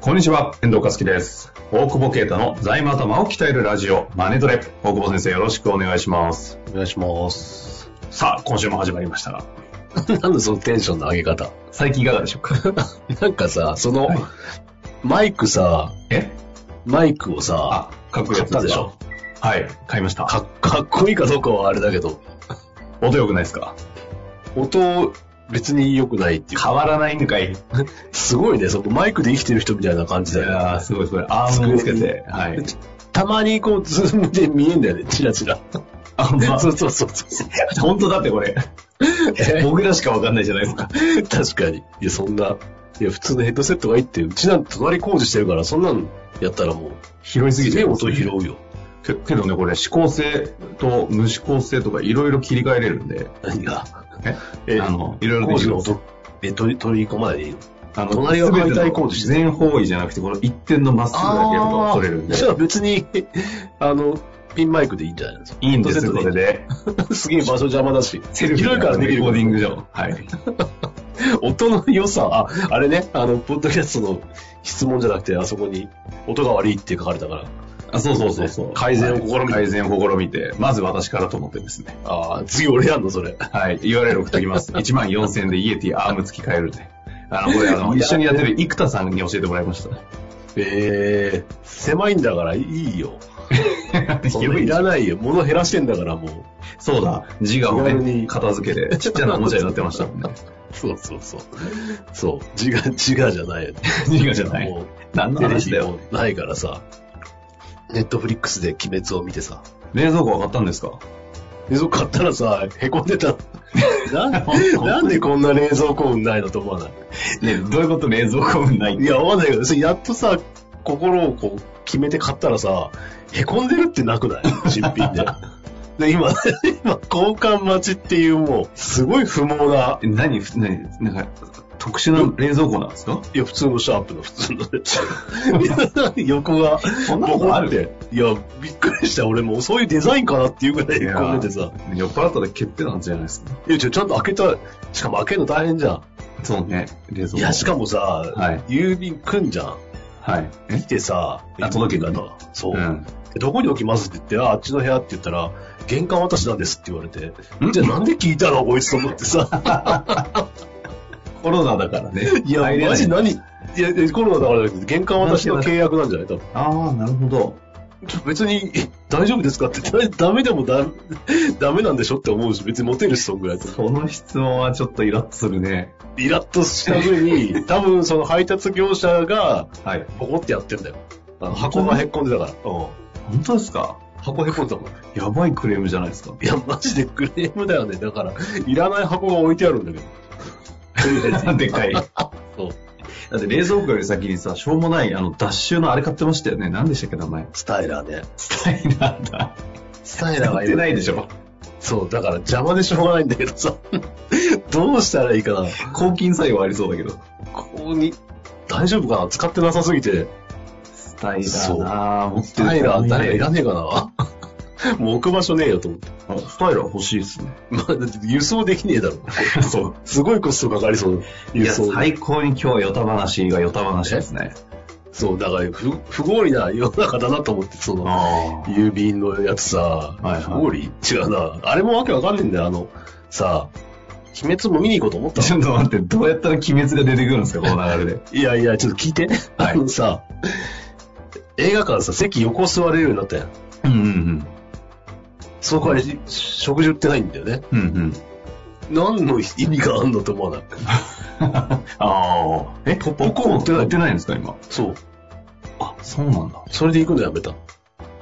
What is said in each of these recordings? こんにちは、遠藤和樹です。大久保啓太の財務頭を鍛えるラジオ、マネトレ。大久保先生、よろしくお願いします。お願いします。 さあ、今週も始まりましたが、なんでそのテンションの上げ方 最近いかがでしょう かなんかさ、その、はいマイクさ、えマイクをさあ、、かっこいいやつ買ったでしょはい、買いました。かかっこいいかどうかはあれだけど、音良くないですか音、別に良くないっていうか、変わらないんかい。いすごいね、そこマイクで生きてる人みたいな感じだよね。やー、すごいすごい。アームをつけ机にて、 はい。たまにこう、ズームで見えんだよね、チラチラ。あ、ほん ま そうそうそうそう。本当だってこ れ。僕らしかわかんないじゃないですか。確かに。いや、そんな、いや、普通のヘッドセットがいいって、うちなんて隣工事してるから、そんなんやったらもう、拾いすぎすてげえる音拾うよ。けけどね、これ、指向性と無指向性とかいろいろ切り替えれるんで、何が。え、あの、いろいろで工き事るの音、え、取り取り込まないでいいのあの、隣が解体工事して全方位じゃなくて、この一点のまっすぐだけやると取れ るんで。じゃあ別に、 あの、ピンマイクでいいんじゃないですか。いいんですよ、これで。で。すげえ場所邪魔だし。広いからできレるコーディングじゃん。はい。音の良さ、あ、あれね、あの、ポッドキャストの質問じゃなくて、あそこに音が悪いって書かれたから、あそうそうそうそう。改善を試み改善を試みて、まず私からと思ってですね。ああ、次俺やんの、それ。はい。URL 送っときます。1万4000円でイエティアーム付き替えるんで。あの、これ、あの、 いや一緒にやってる生田さんに教えてもらいま した。ええ狭いんだからいいよ。そんないいやらないよ。物減らしてんだからもそうだ。字が気軽に片付けて、ちっちゃなおもちゃになってましたもんね。 う。そうそうそう。そう。自我、自我じゃないよね。字がじゃない。もう、何のテレ話ビだよ。もないからさ、ネットフリックスで鬼滅を見てさ、冷蔵庫上がったんですか冷蔵庫買ったらさ、へこん でた。ななんでこんな冷蔵庫運ないのと思わないね、どういうこと冷蔵庫分ないいや、思わないけど、それやっとさ、心をこう、決めて買ったらさ、へこんでるってなくない新品で。で、今、今、交換待ちっていうもう、すごい不毛な、え何ふ何なんか、特殊な冷蔵庫なんですかいや、普通のシャープの普通の ね 横が、そんなことあるいや、びっくりした。俺もうそういうデザインかなっていうぐらいいへやこんでてさ。酔っ払ったら決定なんじゃないですかいや、ちょ、ちゃんと開けた、しかも開けるの大変じゃん。そうね、冷蔵庫。いや、しかもさ、はい郵便来んじゃん。はい。え来てさ、あ届けにねたそう、うん。でどこに置きますって言って、あ、あっちの部屋って言ったら、玄関渡しなんですって言われてん、じゃあなんで聞いたのこいつと思っ てさ、コロナだからね。いや、入れないマジ何、いや、コロナだからだけど、玄関渡しの契約なんじゃない多分。ああ、なるほど。ちょ 別に、え大丈夫ですかって、 ダメダメでもだ、ダメなんでしょって思うし、別にモテるし、そんぐらいと。その質問はちょっとイラッとするね。イラッとした上 に、多分その配達業者が、はい。ボコってやってんだよ。あの箱がへっこんでたから。うん本当ですか箱へこんでたもん。やばいクレームじゃないですか。 いや、マジでクレームだよね。だから、いらない箱が置いてあるんだけ ど。でかい。だそう。って冷蔵庫より先にさ、しょうもない、あの、脱臭のあれ買ってましたよね。何でしたっけ、名前。スタイラーね。スタイラーだ。スタイラーやがっいてる。ないでしょ。 そう、だから邪魔でしょうがないんだけどさ。 どうしたらいいかな。抗菌作用ありそうだけど。ここに、大丈夫かな使ってなさすぎて。スタイラーなぁ、持ってスタイラー誰かいららねえかな もう置く場所ねえよと思って。スタイラー欲しいっすね。まあ、だって輸送できねえだろ。 そう。すごいコストかかりそう。い輸や、送。最高に今日、ヨタ話がヨタ話ですね。そう、だから不不合理な世の中だなと思って、その。あ郵便のやつさ、いはい不合理違うな。あれもわけわかんねえんだよ。あの、さ、鬼滅も見に行こうと思ったちょっと待って、どうやったら鬼滅が出てくるんですか、この流れで。 の。いやいや、ちょっと聞いて。はいあのさ、映画館さ、席横座れるようになったやん。うんうんそこは、食事売ってないんだよね。うん。うんうん。何の意味があんのと思わない。あ あ。え、ポップコーン売ってない売ってないんですか、今。 そう。あ、そうなんだ。それで行くのやめた。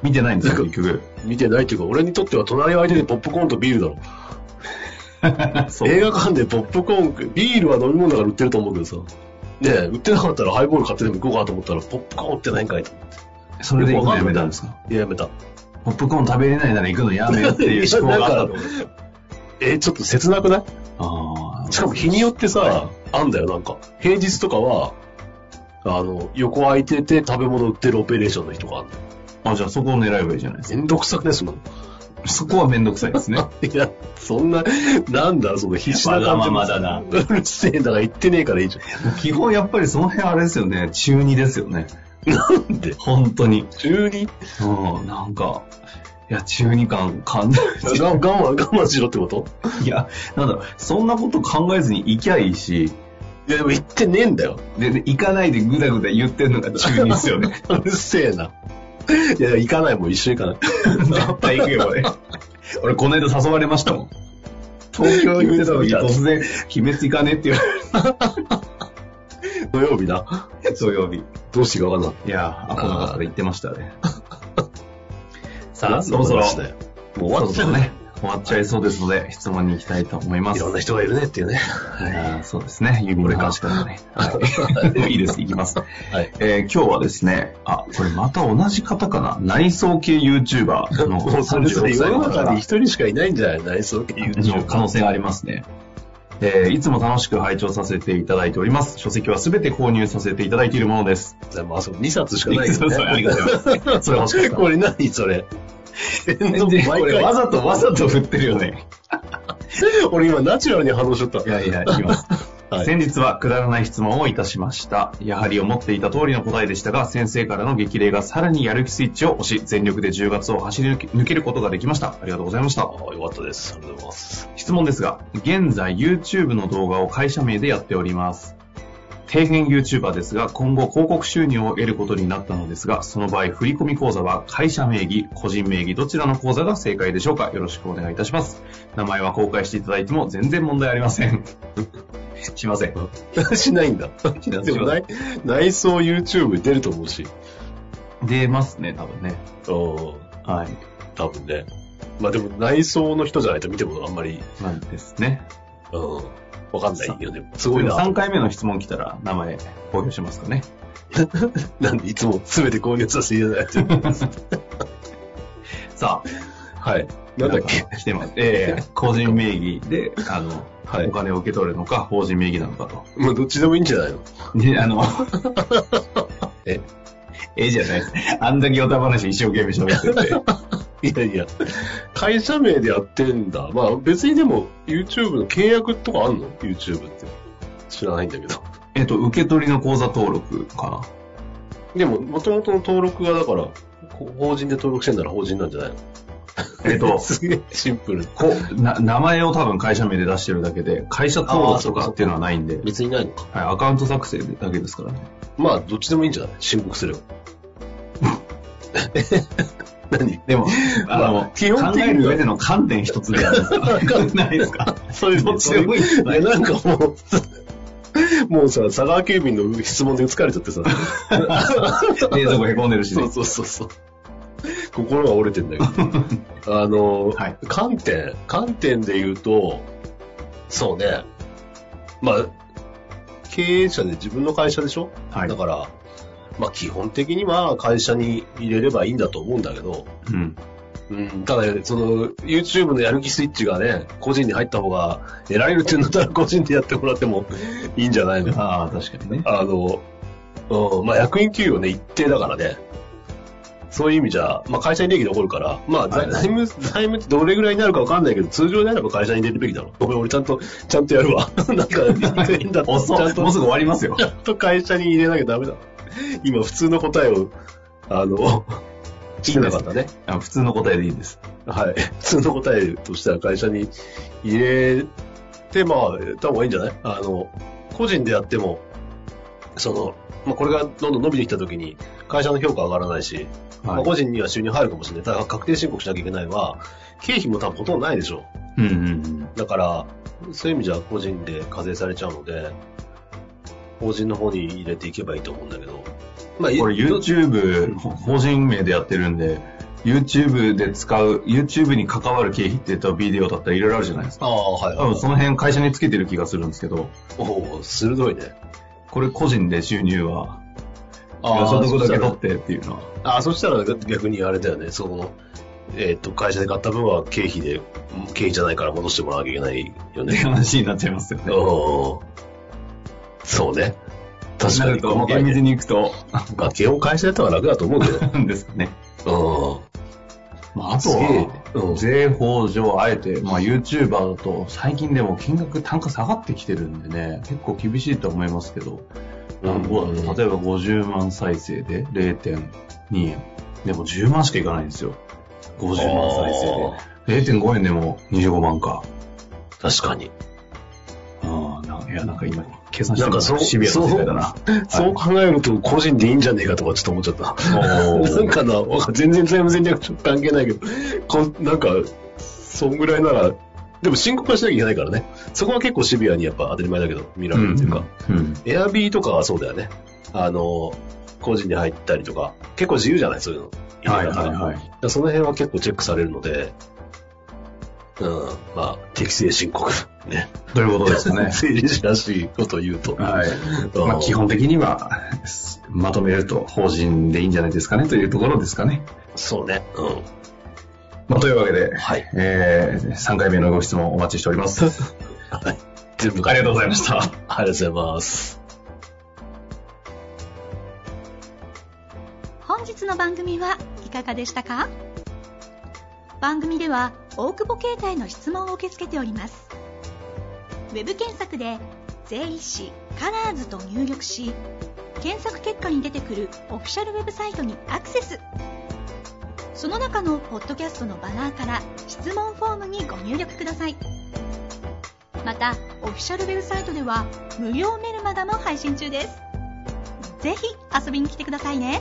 見てないんですか、結局。見てないっていうか、俺にとっては隣相手でポップコーンとビールだ ろ。そう映画館でポップコーン、ビールは飲み物だから売ってると思うけどさ。ねえ売ってなかったらハイボール買ってでも行こうかと思ったら、ポップコーン売ってないんかいと。それで行くのやめたんですかいや、やめた。ポップコーン食べれないなら行くのやめようっていう思考があったってことですかえーちょっと切なくないあーしかも日によってさ、はあんだよ、なんか。平日とかは、あの、横空いてて食べ物売ってるオペレーションの人があんのあ、じゃあそこを狙えばいいじゃないですめんどくさくね、そんなの。 か。そこはめんどくさいですね。いや、そんな、なんだ、その必死な感じ。わがままだなうるせえ、だから言ってねえからいいじゃ基本やっぱりその辺あれですよね。中二ですよね。ん。なんで本当に。中 にうん、なんか、いや、中二感感じ我慢、我慢しろってこといや、なんだろう、そんなこと考えずに行きゃいいし、いや、でも言ってねえんだよ。で、で行かないでぐだぐだ言ってるのが中二ですよね。 うるせえな。いや、行かないもん、一緒に行かない。 絶対行くよ、俺。俺、この間誘われましたもん。東京行ってた時突然、鬼滅行かねって言わ土曜日な。れて、土曜日。どうしていいかわかんない。いやー、アホな方が言ってましたね。さなあ、んそろそろ、話もだよう終わっちゃうね。終わっちゃいそうですので、質問に行きたいと思いまいす。ろんな人がいるねっていうね。あーそうですね。指の話からね。はい いいです。いきます。はい。えー今日はですね、あ、これまた同じ方かな。内装系 YouTuber の もうそれそれ36世歳のの方中がに一人しかいないんじゃない内装系の YouTube。可能性がありますね。えーいつも楽しく拝聴させていただいております。書籍はすべて購入させていただいているものです。まあ、そう、2冊しかないよね。そうそうありがとうございますそれ欲しか ったこれ何それ。でこれわざとわざと振ってるよね。俺今ナチュラルに反応しちゃった。いやいや、いき ます。はい先日はくだらない質問をいたしました。やはり思っていた通りの答えでしたが、先生からの激励がさらにやる気スイッチを押し、全力で10月を走り抜け抜けることができました。ありがとうございました。あよかったです。ありがとうございます。質問ですが、現在 YouTube の動画を会社名でやっております。底辺 YouTuber ですが、今後広告収入を得ることになったのですが、その場合、振込口座は会社名義、個人名義、どちらの口座が正解でしょうかよろしくお願いいたします。名前は公開していただいても全然問題ありません。 しません。 しないんだ。 しないでも内内装 YouTube 出ると思うし。出ますね、多分ね。うん。はい。多分ね。まあでも内装の人じゃないと見てもあんまり、なんですね。うん。わかんないよね。すすごいな。 3回目の質問来たら名前公表しますかね。なんでいつも全て購入させていただいてる。さあ、 はい。なんだっけ。来てます。ええ個人名義で、あの、はいお金を受け取るのか、法人名義なのかと。まあどっちでもいいんじゃないのね、あの、えええじゃないです。あんだけおた話一生懸命喋って て。いやいや、会社名でやってんだ。まあ別にでも YouTube の契約とかあんの ?YouTube って。知らないんだけど。えっと、受け取りの口座登録かでも、元々の登録がだから、こ法人で登録してんなら法人なんじゃないの、な。えっと すげえシンプル。こな名前を多分会社名で出してるだけで、会社登録とかっていうのはないんで、はい、別にないのか。アカウント作成だけですからね。まあ、どっちでもいいんじゃない申告すれば。何でも、あの、まあ基本的には考える上での観点一つでやるんですかないです かそういうどっちでもいいいや、なんかもう、 もうさ、佐川警備員の質問で疲れちゃってさ。冷蔵庫へこんでるし、 そうね。そうそうそう。心が折れて んだけど。あの、はい観点、観点で言うと、そうね。まあ、経営者で自分の会社でしょ、はいだから、まあ基本的には会社に入れればいいんだと思うんだけど、うん。うん、ただ、その、YouTube のやる気スイッチがね、個人に入った方が得られるっていうんだったら個人でやってもらってもいいんじゃないのああ、確かにね。あの、うん、まあ役員給与ね、一定だからね。そういう意味じゃ、まあ会社に利益残るから、まあは財い財務、財務ってどれぐらいになるかわかんないけど、通常であれば会社に入れるべきだろ。ごめん、俺ちゃんと、ちゃんとやるわ。 なんか、いいんだって遅ちゃっんと もうすぐ終わりますよち。ゃんと会社に入れなきゃダメだ。今、普通の答えを、あの、してなかったね。あ普通の答えでいいです。はい。 普通の答えとしては会社に入れて、まあ、やった方がいいんじゃないあの、個人でやっても、その、まあ、これがどんどん伸びてきたときに、会社の評価上がらないし、まあ、個人には収入入るかもしれない。ただから確定申告しなきゃいけないは、経費も多分ほとんどないでしょう。うんうんだから、そういう意味じゃ個人で課税されちゃうので、法人の方に入れていけばいいと思うんだけど。まあ、うん。これいど YouTube、法人名でやってるんで、 YouTube で使う、YouTube に関わる経費って言ったらビデオだったりいろいろあるじゃないですか。ああ、はい、多はい分その辺会社につけてる気がするんですけど、おお、鋭いね。これ個人で収入は、あ所あ、得そだしたけら取ってっていうのは。 あーそしたら逆にあれだよね、その、えーっと、会社で買った分は経費で、経費じゃないから戻してもらわなきゃいけないよってね。 話になっちゃいますよね。うん。そうね。確かなにると、細厳かいね。密に行くと、 まあ、基本会社やったら楽だと思うけど。なんですかね。 うん。まあ、あとすげえは、うん税法上、あえて、まあ、YouTuber だと、最近でも金額、単価下がってきてるんでね、結構厳しいと思いますけど、うんどうだろう例えば50万再生で0.2円。でも10万しかいかないんですよ。50万再生で。0.5円でも25万か。確かに。ああ、ないや、なんか今、計算してなんかそうシビアな世代だな。そう考えると個人でいいんじゃねえかとかちょっと思っちゃった。おー なんかな、わか全然財務戦略と関係ないけど、こんなんか、そんぐらいなら、でも申告はしなきゃいけないからね。そこは結構シビアにやっぱ当たり前だけど見られるっていうか。うん。エアビーとかはそうだよね。あの、個人に入ったりとか、結構自由じゃないそういうの。はいはいはいだからその辺は結構チェックされるので、うん、まあ、適正申告。ね。ということですかね。 政治らしいことを言うと。はい。 まあ、基本的には、まとめると法人でいいんじゃないですかねというところですかね。そうね。うん。まあ、というわけで、はい。えー、3回目のご質問お待ちしております。 はい。全部ありがとうございました。ありがとうございます。本日の番組はいかがでしたか番組では大久保携帯の質問を受け付けておりますウェブ検索で「税理士カラーズと入力し検索結果に出てくるオフィシャルウェブサイトにアクセスその中のポッドキャストのバナーから質問フォームにご入力くださいまたオフィシャルウェブサイトでは無料メルマガも配信中ですぜひ遊びに来てくださいね